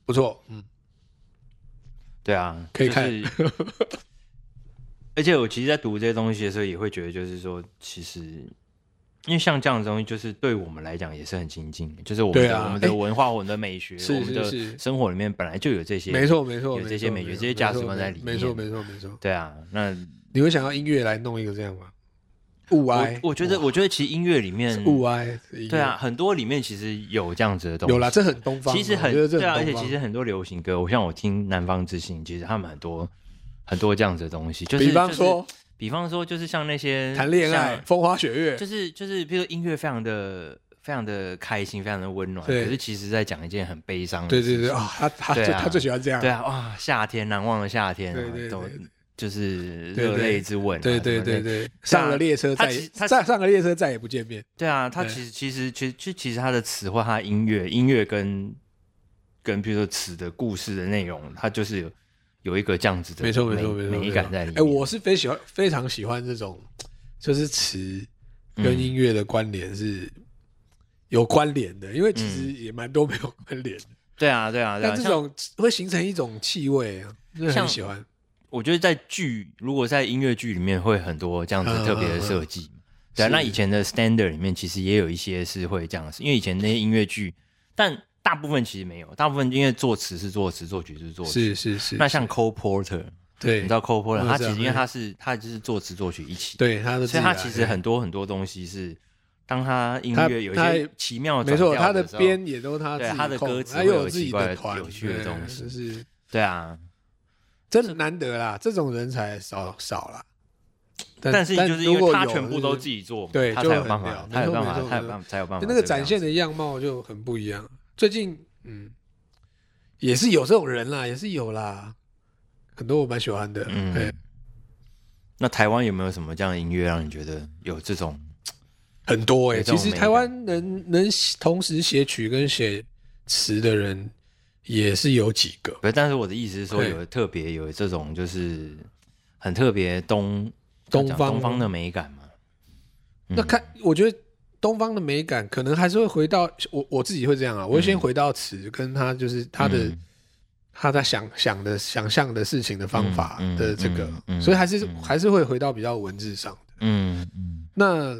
A: 不错，嗯，
B: 对啊，
A: 可以看
B: 就是。而且我其实，在读这些东西的时候，也会觉得，就是说，其实因为像这样的东西，就是对我们来讲也是很亲近的，就是我们
A: 对
B: 的、
A: 啊
B: 我们
A: 哎
B: 的文化、我们的美学、
A: 是
B: 我们
A: 是是
B: 的生活里面本来就有这些，
A: 没，错没错，
B: 有
A: 没
B: 这些
A: 错
B: 美学
A: 没
B: 这些
A: 错
B: 价值
A: 没错
B: 观在里
A: 没错
B: 面
A: 没错没错，
B: 对啊。那
A: 你会想要音乐来弄一个这样吗？物哀，
B: 我我觉得，我觉得其实音乐里面，
A: 物哀，音乐
B: 对啊，，很多里面其实有这样子的东西，
A: 有啦，这很东方嘛，
B: 其实
A: 我
B: 很
A: 觉得这
B: 对啊，而
A: 很
B: 且
A: 东方
B: 其实很多流行歌，我像我听南方之星，其实他们很多很多这样子的东西，就是
A: 比方
B: 就是
A: 说
B: 比方说就是像那些
A: 谈恋爱、
B: 像
A: 风花雪月，
B: 就是就是，比如说音乐非常的非常的开心，非常的温暖。
A: 对
B: 可是其实在讲一件很悲伤的
A: 对
B: 事
A: 对对
B: 情
A: 啊，他他
B: 对
A: 最
B: 啊
A: 他最喜欢这样
B: 对，啊，哇，夏天难忘的夏天
A: 对
B: 啊
A: 对，对
B: 都
A: 对
B: 就是
A: 对
B: 热
A: 对
B: 泪之吻啊，
A: 对对
B: 什么
A: 对
B: 的
A: 对，上了列车
B: 他
A: 再
B: 其
A: 也
B: 实他
A: 上上了列车再也不见面，
B: 对啊，他
A: 对
B: 其实其实其实其实其实他的词或他的音乐音乐跟跟比如说词的故事的内容，它就是有有一个这样子的
A: 没错
B: 美
A: 没错没错，
B: 美
A: 没
B: 感
A: 错
B: 在里面。
A: 哎，我是非喜欢非常喜欢这种，就是词跟
B: 嗯
A: 音乐的关联是有关联的，因为其
B: 嗯
A: 实也蛮多没有关联的，
B: 对啊对啊对啊，
A: 但这
B: 像
A: 种会形成一种气味啊，真的很
B: 像
A: 喜欢。
B: 我觉得在剧如果在音乐剧里面会很多这样子特别
A: 嗯
B: 的设计。对啊，
A: 是
B: 那以前的 standard 里面其实也有一些是会这样子，因为以前那些音乐剧，但大部分其实没有，大部分因为作词是作词，作曲是作曲。
A: 是是是，
B: 那像 Cole Porter，
A: 对，
B: 你知道
A: 我
B: Cole Porter，
A: 知
B: 他
A: 道
B: 其实因为
A: 嗯
B: 他是他就是作词作曲一起，
A: 对他的自
B: 所
A: 己啊来，
B: 以他其实很多很多东西是，当他音
A: 他
B: 乐有一
A: 他
B: 些奇妙
A: 没
B: 转调
A: 错，他
B: 的
A: 的
B: 时候
A: 编也都是他自
B: 对
A: 己
B: 他的
A: 控
B: 歌词
A: 他
B: 会
A: 又
B: 有
A: 自
B: 奇
A: 己
B: 怪
A: 的
B: 的
A: 团，
B: 有趣的
A: 对
B: 东西
A: 就是
B: 对啊，
A: 真的难得啦，这种人才少少啦。但
B: 但是就是因
A: 如果
B: 为他
A: 有
B: 全部都
A: 就是
B: 自己做嘛，
A: 对
B: 他
A: 就
B: 才有
A: 很
B: 办
A: 屌
B: 法，
A: 没
B: 他有
A: 错
B: 办
A: 没
B: 法，
A: 错
B: 他有
A: 没
B: 办法，才有办法
A: 那个
B: 这样
A: 展现
B: 子，
A: 的样貌就很不一样。最近，嗯，也是有这种人啦，也是有啦，很多我蛮喜欢的。
B: 嗯
A: 嗯，
B: 那台湾有没有什么这样的音乐让你觉得有这种？
A: 很多哎、
B: 有这
A: 其实
B: 种美
A: 台湾能能同时写曲跟写词的人也是有几个。
B: 不是，但是我的意思是说，
A: 对
B: 有特别有这种就是很特别东
A: 东
B: 讲
A: 方
B: 东方的美感嘛？嗯
A: 那看，我觉得东方的美感可能还是会回到我我自己会这样啊，我会先回到词跟他就是他的、
B: 嗯
A: 他在想想的想象的事情的方法
B: 嗯嗯
A: 的这个，
B: 嗯嗯
A: 所以还是、
B: 嗯
A: 还是会回到比较文字上的。
B: 嗯嗯
A: 那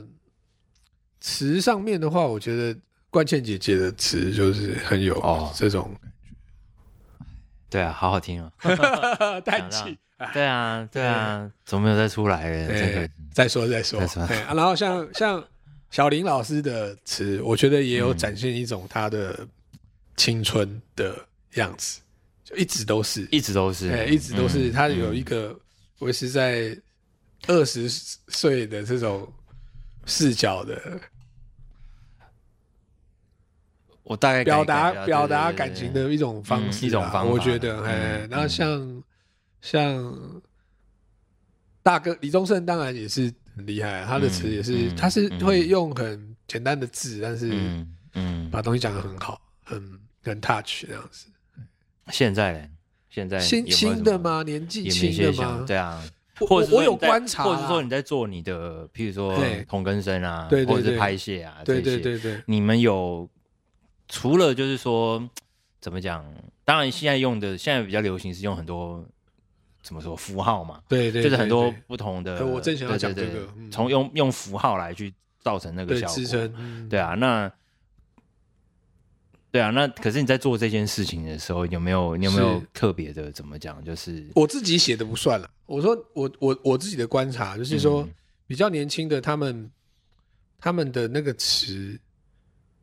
A: 词上面的话，我觉得冠茜姐姐的词就是很有
B: 哦
A: 这种
B: 对啊，好好听啊！
A: 淡气。
B: 对啊，对啊，怎么没有再出来了？这
A: 哎
B: 个，
A: 再说再说
B: 再，说
A: 哎啊然后像像小林老师的词，我觉得也
B: 嗯
A: 有展现一种他的青春的样子，就一直都是，
B: 一直都是，
A: 哎，一直都是，
B: 嗯
A: 他有一个维持在二十岁的这种视角的
B: 我大概
A: 表
B: 感觉
A: 达
B: 到
A: 表达
B: 对对对
A: 感情的一种方式啊，
B: 嗯一种方法
A: 我觉得，哎
B: 嗯，
A: 然后像像大哥李宗盛，当然也是很厉害啊，他的词也是，
B: 嗯
A: 他是
B: 嗯
A: 会用很简单的字，但是
B: 嗯嗯，
A: 把东西讲得很好，很很 touch 这样子。
B: 现在嘞，现在有
A: 新
B: 没有什么
A: 新的？吗？年纪
B: 也
A: 轻
B: 没
A: 的
B: 些
A: 吗
B: 想？对啊，
A: 我
B: 或
A: 我
B: 者是说
A: 我有
B: 你在
A: 观察啦，
B: 或者说你在做你的，譬
A: 对
B: 如说同根生啊，
A: 对对
B: 或者
A: 对
B: 是拍戏啊，
A: 对对
B: 这些，
A: 对对，
B: 你们有除了就是说怎么讲？当然现在用的现在比较流行是用很多怎么说符号嘛，
A: 对对，
B: 就是很多
A: 对
B: 不同的
A: 呃。我正想要
B: 对对
A: 讲这
B: 对
A: 个嗯
B: 从用用符号来去造成那个
A: 对
B: 效果
A: 支。撑，嗯
B: 对啊，那对啊，那可是你在做这件事情的时候，有没有你有没有
A: 是
B: 特别的怎么讲？就是
A: 我自己写的不算了。我说我我我自己的观察就是说，
B: 嗯
A: 比较年轻的他们，他们的那个词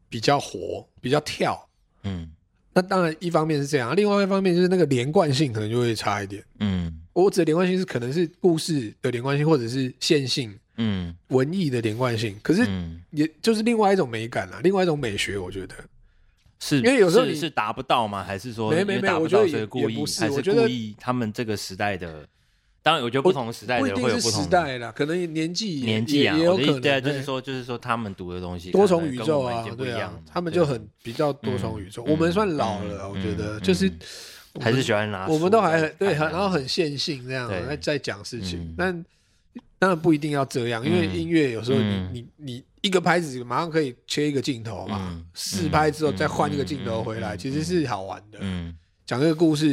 A: 比较活，比较跳。
B: 嗯
A: 那当然一方面是这样，另外一方面就是那个连贯性可能就会差一点。
B: 嗯
A: 我指的连贯性是可能是故事的连贯性，或者是线性
B: 嗯
A: 文艺的连贯性。可是
B: 嗯，
A: 也就是另外一种美感啦，啊另外一种美学，我觉得。
B: 是
A: 因为有时候你
B: 是是达不到吗？还是说
A: 没
B: 因为
A: 没没
B: 达
A: 我
B: 不
A: 觉得
B: 到，
A: 也
B: 所以故
A: 也
B: 意
A: 不是
B: 还
A: 我
B: 是
A: 觉得
B: 故意？他们这个时代的，当然我觉得不同时代
A: 不一
B: 的
A: 定
B: 会有
A: 是
B: 不
A: 时
B: 同的
A: 代啦，可能年纪也
B: 年纪啊，
A: 也也有
B: 我的意
A: 可能。
B: 思对啊，就
A: 哎
B: 是说就是说他们读的东西
A: 多
B: 可
A: 重
B: 能
A: 宇
B: 跟
A: 宙
B: 我们已
A: 啊
B: 经，不一
A: 对
B: 样
A: 啊
B: 了，
A: 他们
B: 对
A: 就
B: 啊
A: 很比较多重宇宙。
B: 嗯
A: 我们算老了，
B: 嗯
A: 我觉得
B: 嗯
A: 就是
B: 嗯
A: 我们
B: 还是喜欢拿
A: 我
B: 书
A: 们都还
B: 在
A: 很对，
B: 看
A: 很
B: 啊
A: 然后很线性这样
B: 对
A: 在在讲事情
B: 嗯，
A: 但当然不一定要这样，因为
B: 嗯
A: 音乐有时候你
B: 嗯
A: 你你一个拍子马上可以切一个镜头嘛
B: 嗯，
A: 试拍之后再换一个镜头回
B: 嗯
A: 来，
B: 嗯嗯
A: 其实是好玩的。
B: 嗯
A: 讲这个故事，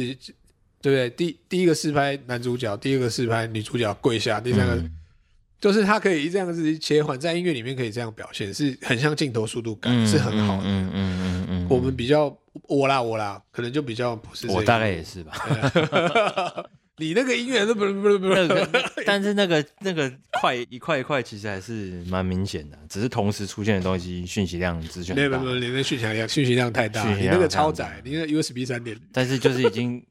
A: 对不对？第第一个试拍男主角，第二个试拍女主角跪下，第三个
B: 嗯
A: 就是它可以这样子切换，在音乐里面可以这样表现，是很像镜头速度感，
B: 嗯
A: 是很好的。
B: 嗯嗯嗯嗯嗯，
A: 我们比较我啦我啦，可能就比较不是、这个
B: 我大概也是吧。
A: 你那个音乐是不是不是不
B: 那
A: 是
B: 个， 但是那个那个块一块一块，其实还是蛮明显的，只是同时出现的东西讯息量资讯
A: 没有
B: 很
A: 没
B: 大
A: 有，没有你那讯息量讯息量太大，
B: 讯息
A: 你
B: 量
A: 那个
B: 太大
A: 超载，你那个 USB 三点零，
B: 但是就是已经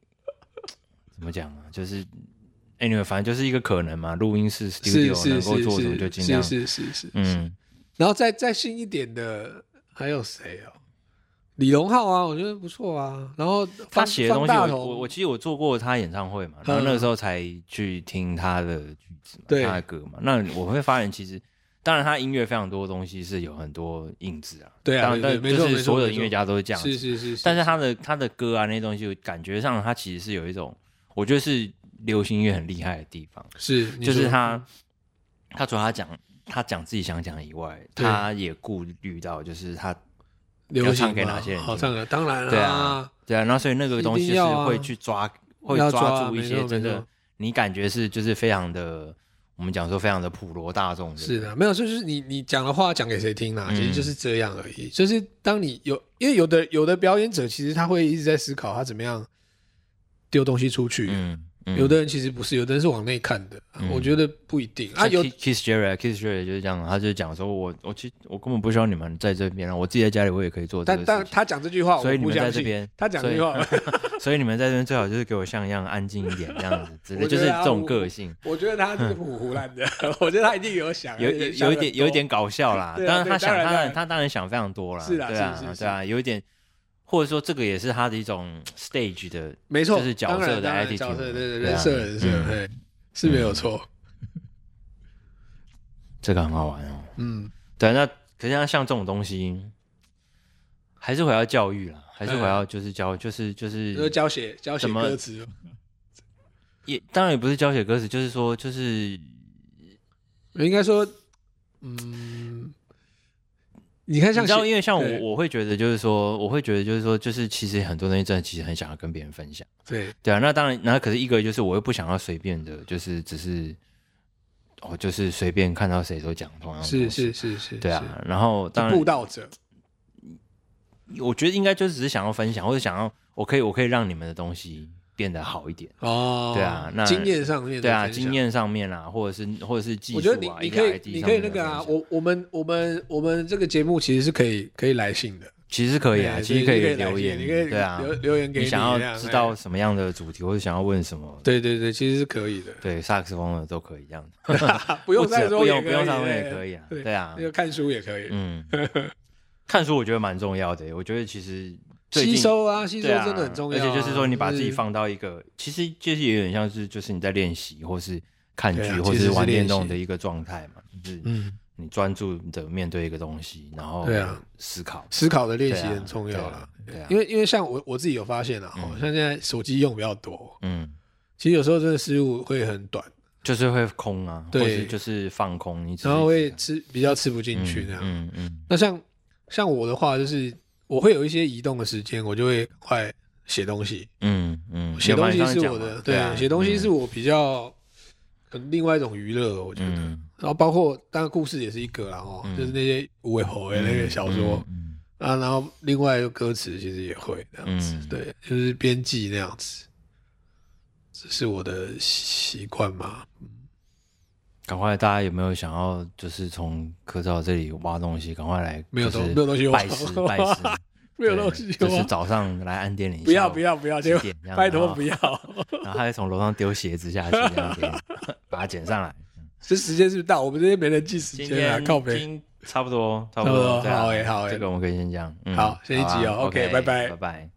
B: 怎么讲啊，就是 anyway，反正就是一个可能嘛，录音室
A: 是
B: studio
A: 是
B: 能够
A: 是
B: 做什么就是尽量
A: 是，是是是，
B: 嗯
A: 然后再再新一点的，还有谁哦？李荣浩啊，我觉得不错啊。然后
B: 他
A: 方
B: 写的东西
A: 方大
B: 我，
A: 同
B: 我我其实我做过他演唱会嘛，然后那个时候才去听他的句子嘛，
A: 对
B: 他的歌嘛。那我会发现，其实当然他音乐非常多东西是有很多影子啊，
A: 对啊
B: 当然
A: 对对
B: 但
A: 没错
B: 就
A: 没错
B: 是所有的
A: 没
B: 音
A: 错
B: 乐家都是这样子
A: 是是是是，
B: 但是他的他的歌啊那些东西，我感觉上他其实是有一种，我觉得是流行音乐很厉害的地方，
A: 是你
B: 就是
A: 说嗯
B: 他他除了他讲他讲自己想讲以外，
A: 对啊
B: 他也顾虑到就是他
A: 流行
B: 要唱给
A: 嘛
B: 哪些人
A: 好
B: 听
A: 哦唱的，当然
B: 对
A: 啊
B: 啊，对啊，那所以那个东
A: 一
B: 西
A: 定
B: 是
A: 要啊
B: 会去抓，会
A: 要抓啊
B: 抓住一
A: 没
B: 些
A: 错
B: 真
A: 没
B: 的
A: 错，
B: 你感觉是就是非常的，我们讲说非常的普罗大众的，
A: 是的，没有，就是你你讲的话讲给谁听啦、
B: 嗯
A: 其实就是这样而已。就是当你有，因为有的有的表演者其实他会一直在思考他怎么样丢东西出去，
B: 嗯，嗯
A: 有的人其实不是，有的人是往内看的，
B: 嗯
A: 我觉得不一定啊。
B: 像
A: 有
B: Keith- Keith Jarrett，Keith Jarrett 就是这样，啊他就讲说我我其实我根本不需要你们在这边啊，我自己在家里我也可以做这
A: 但
B: 个事
A: 但
B: 情。
A: 他讲这句话，
B: 所
A: 我
B: 以你
A: 不
B: 们
A: 相
B: 在这
A: 信
B: 边，
A: 他讲这句话，
B: 所以你们在这边最好就是给我像样安静一点这 样子之类，
A: 我觉
B: 就
A: 得
B: 是
A: 啊
B: 这种
A: 我
B: 个 性，
A: 我觉得他是胡胡乱的， 我觉得他一定有想，
B: 有
A: 而且
B: 有
A: 哎想
B: 有一点
A: 很
B: 有
A: 多
B: 一点搞笑啦。
A: 对啊
B: 当然
A: 对
B: 他想
A: 当然当然
B: 他当然他当然想非常多啦，
A: 是啦
B: 对
A: 是是
B: 啊
A: 是
B: 对啊，有一点或者说这个也是他的一种 stage 的
A: 没错，
B: 就是角
A: 当然
B: 色的
A: 当然
B: attitude
A: 角色对对
B: 对啊
A: 人设人设，
B: 嗯
A: 对，是没有错，
B: 这个很好玩哦。
A: 嗯，
B: 对，那可是像像这种东西，还是回到教育啦，还是回到就是教，就是就
A: 嗯就是
B: 是
A: 教写教写
B: 怎么
A: 歌词，
B: 也当然也不是教写歌词，就是说就是
A: 应该说，嗯，你看像
B: 你知道，
A: 写
B: 因为像我
A: 对
B: 我会觉得就是说，我会觉得就是说，就是其实很多东西真的其实很想要跟别人分享，
A: 对
B: 对啊。那当然，那可是一个就是我又不想要随便的，就是只是哦，就是随便看到谁都讲同样的
A: 是
B: 东西
A: 是，是是，
B: 对
A: 是，
B: 啊。然后当
A: 布
B: 然，
A: 道者，
B: 我觉得应该就只是想要分享，或者想要我可以我可以让你们的东西变得好一点。
A: 哦，
B: 对啊那
A: 经验上面的
B: 对啊，
A: 分享
B: 经。验上面啦，或者是或者是技术啊，
A: 我觉得你你
B: 一
A: 可
B: 个
A: 以
B: ID
A: 你
B: 上
A: 可以
B: 面
A: 那
B: 的
A: 个啊，
B: 分享
A: 我我们我们我们这个节目其实是可以可以来信的，
B: 其实可以啊，
A: 对
B: 其实
A: 所
B: 可
A: 以你
B: 以
A: 可以来
B: 留
A: 信
B: 言，
A: 你可以
B: 对啊，
A: 留留言给
B: 你想
A: 这样
B: 要知道
A: 哎
B: 什么样的主题，或者想要问什么，
A: 对对对，其实是可以的，
B: 对萨克斯风的都可以这样 子，
A: 啊不用
B: 止
A: 上
B: 不
A: 也
B: 用
A: 可
B: 不
A: 以
B: 用上面也
A: 哎
B: 可以啊，
A: 对
B: 对啊
A: 那，就看书也可以，
B: 嗯，看书我觉得蛮重要的，我觉得其实最
A: 吸
B: 近
A: 收啊，吸收
B: 对啊，
A: 真的很重要啊、
B: 而且就是说你把自己放到一个，其实就是有点像是就是你在练习或是看
A: 对啊
B: 剧或
A: 其实
B: 是
A: 是
B: 玩
A: 练
B: 电动
A: 习
B: 的一个状态嘛，就是
A: 嗯，
B: 你专注的面对一个东西，然后
A: 对啊
B: 思考，
A: 思考的练
B: 对
A: 习
B: 啊
A: 很重要啦。，
B: 对啊嗯对啊，
A: 因
B: 为
A: 为因为像我我自己有发现啊，哦，像现在手机用比较多，
B: 嗯。
A: 其实有时候真的思路会很短，
B: 就是会空啊，
A: 对
B: 或是就是放空，你只是啊
A: 然后会吃比较吃不进去那样。
B: 嗯嗯嗯，
A: 那像像我的话，就是我会有一些移动的时间，我就会快写东西。
B: 嗯嗯，
A: 写东西
B: 有蛮
A: 是
B: 多人
A: 我
B: 讲
A: 的，
B: 嘛
A: 对啊，写东西是
B: 嗯
A: 我比较可能另外一种娱乐，我觉得。
B: 嗯，
A: 然后包括当然故事也是一个啦，哦，
B: 嗯
A: 就是那些无为侯的那个小说，
B: 嗯，
A: 啊，然后另外一个歌词其实也会那样子，
B: 嗯
A: 对，就是编辑那样子，这是我的习习惯嘛。
B: 赶快大家有没有想要就是从科照这里挖东西？赶快来，
A: 没有东
B: 就是
A: 没有东西挖
B: 拜师拜师，
A: 没有东西
B: 对
A: 挖
B: 就是早上来按电铃，
A: 不要
B: 下午
A: 不，要不要，结果
B: 几点这 样啊
A: 拜托
B: 然后
A: 不要，
B: 然后他就从楼上丢鞋子下去，这样给你把它捡上来。
A: 这时间是不是到？我们这边没人记时
B: 今
A: 间啊，
B: 天
A: 靠北。
B: 今差不多，差不
A: 差不多
B: 多，对啊
A: 好欸好欸
B: 这个我们可以先这样，嗯
A: 好下一集哦
B: 好吧
A: OK，
B: OK，
A: 拜拜
B: 拜拜。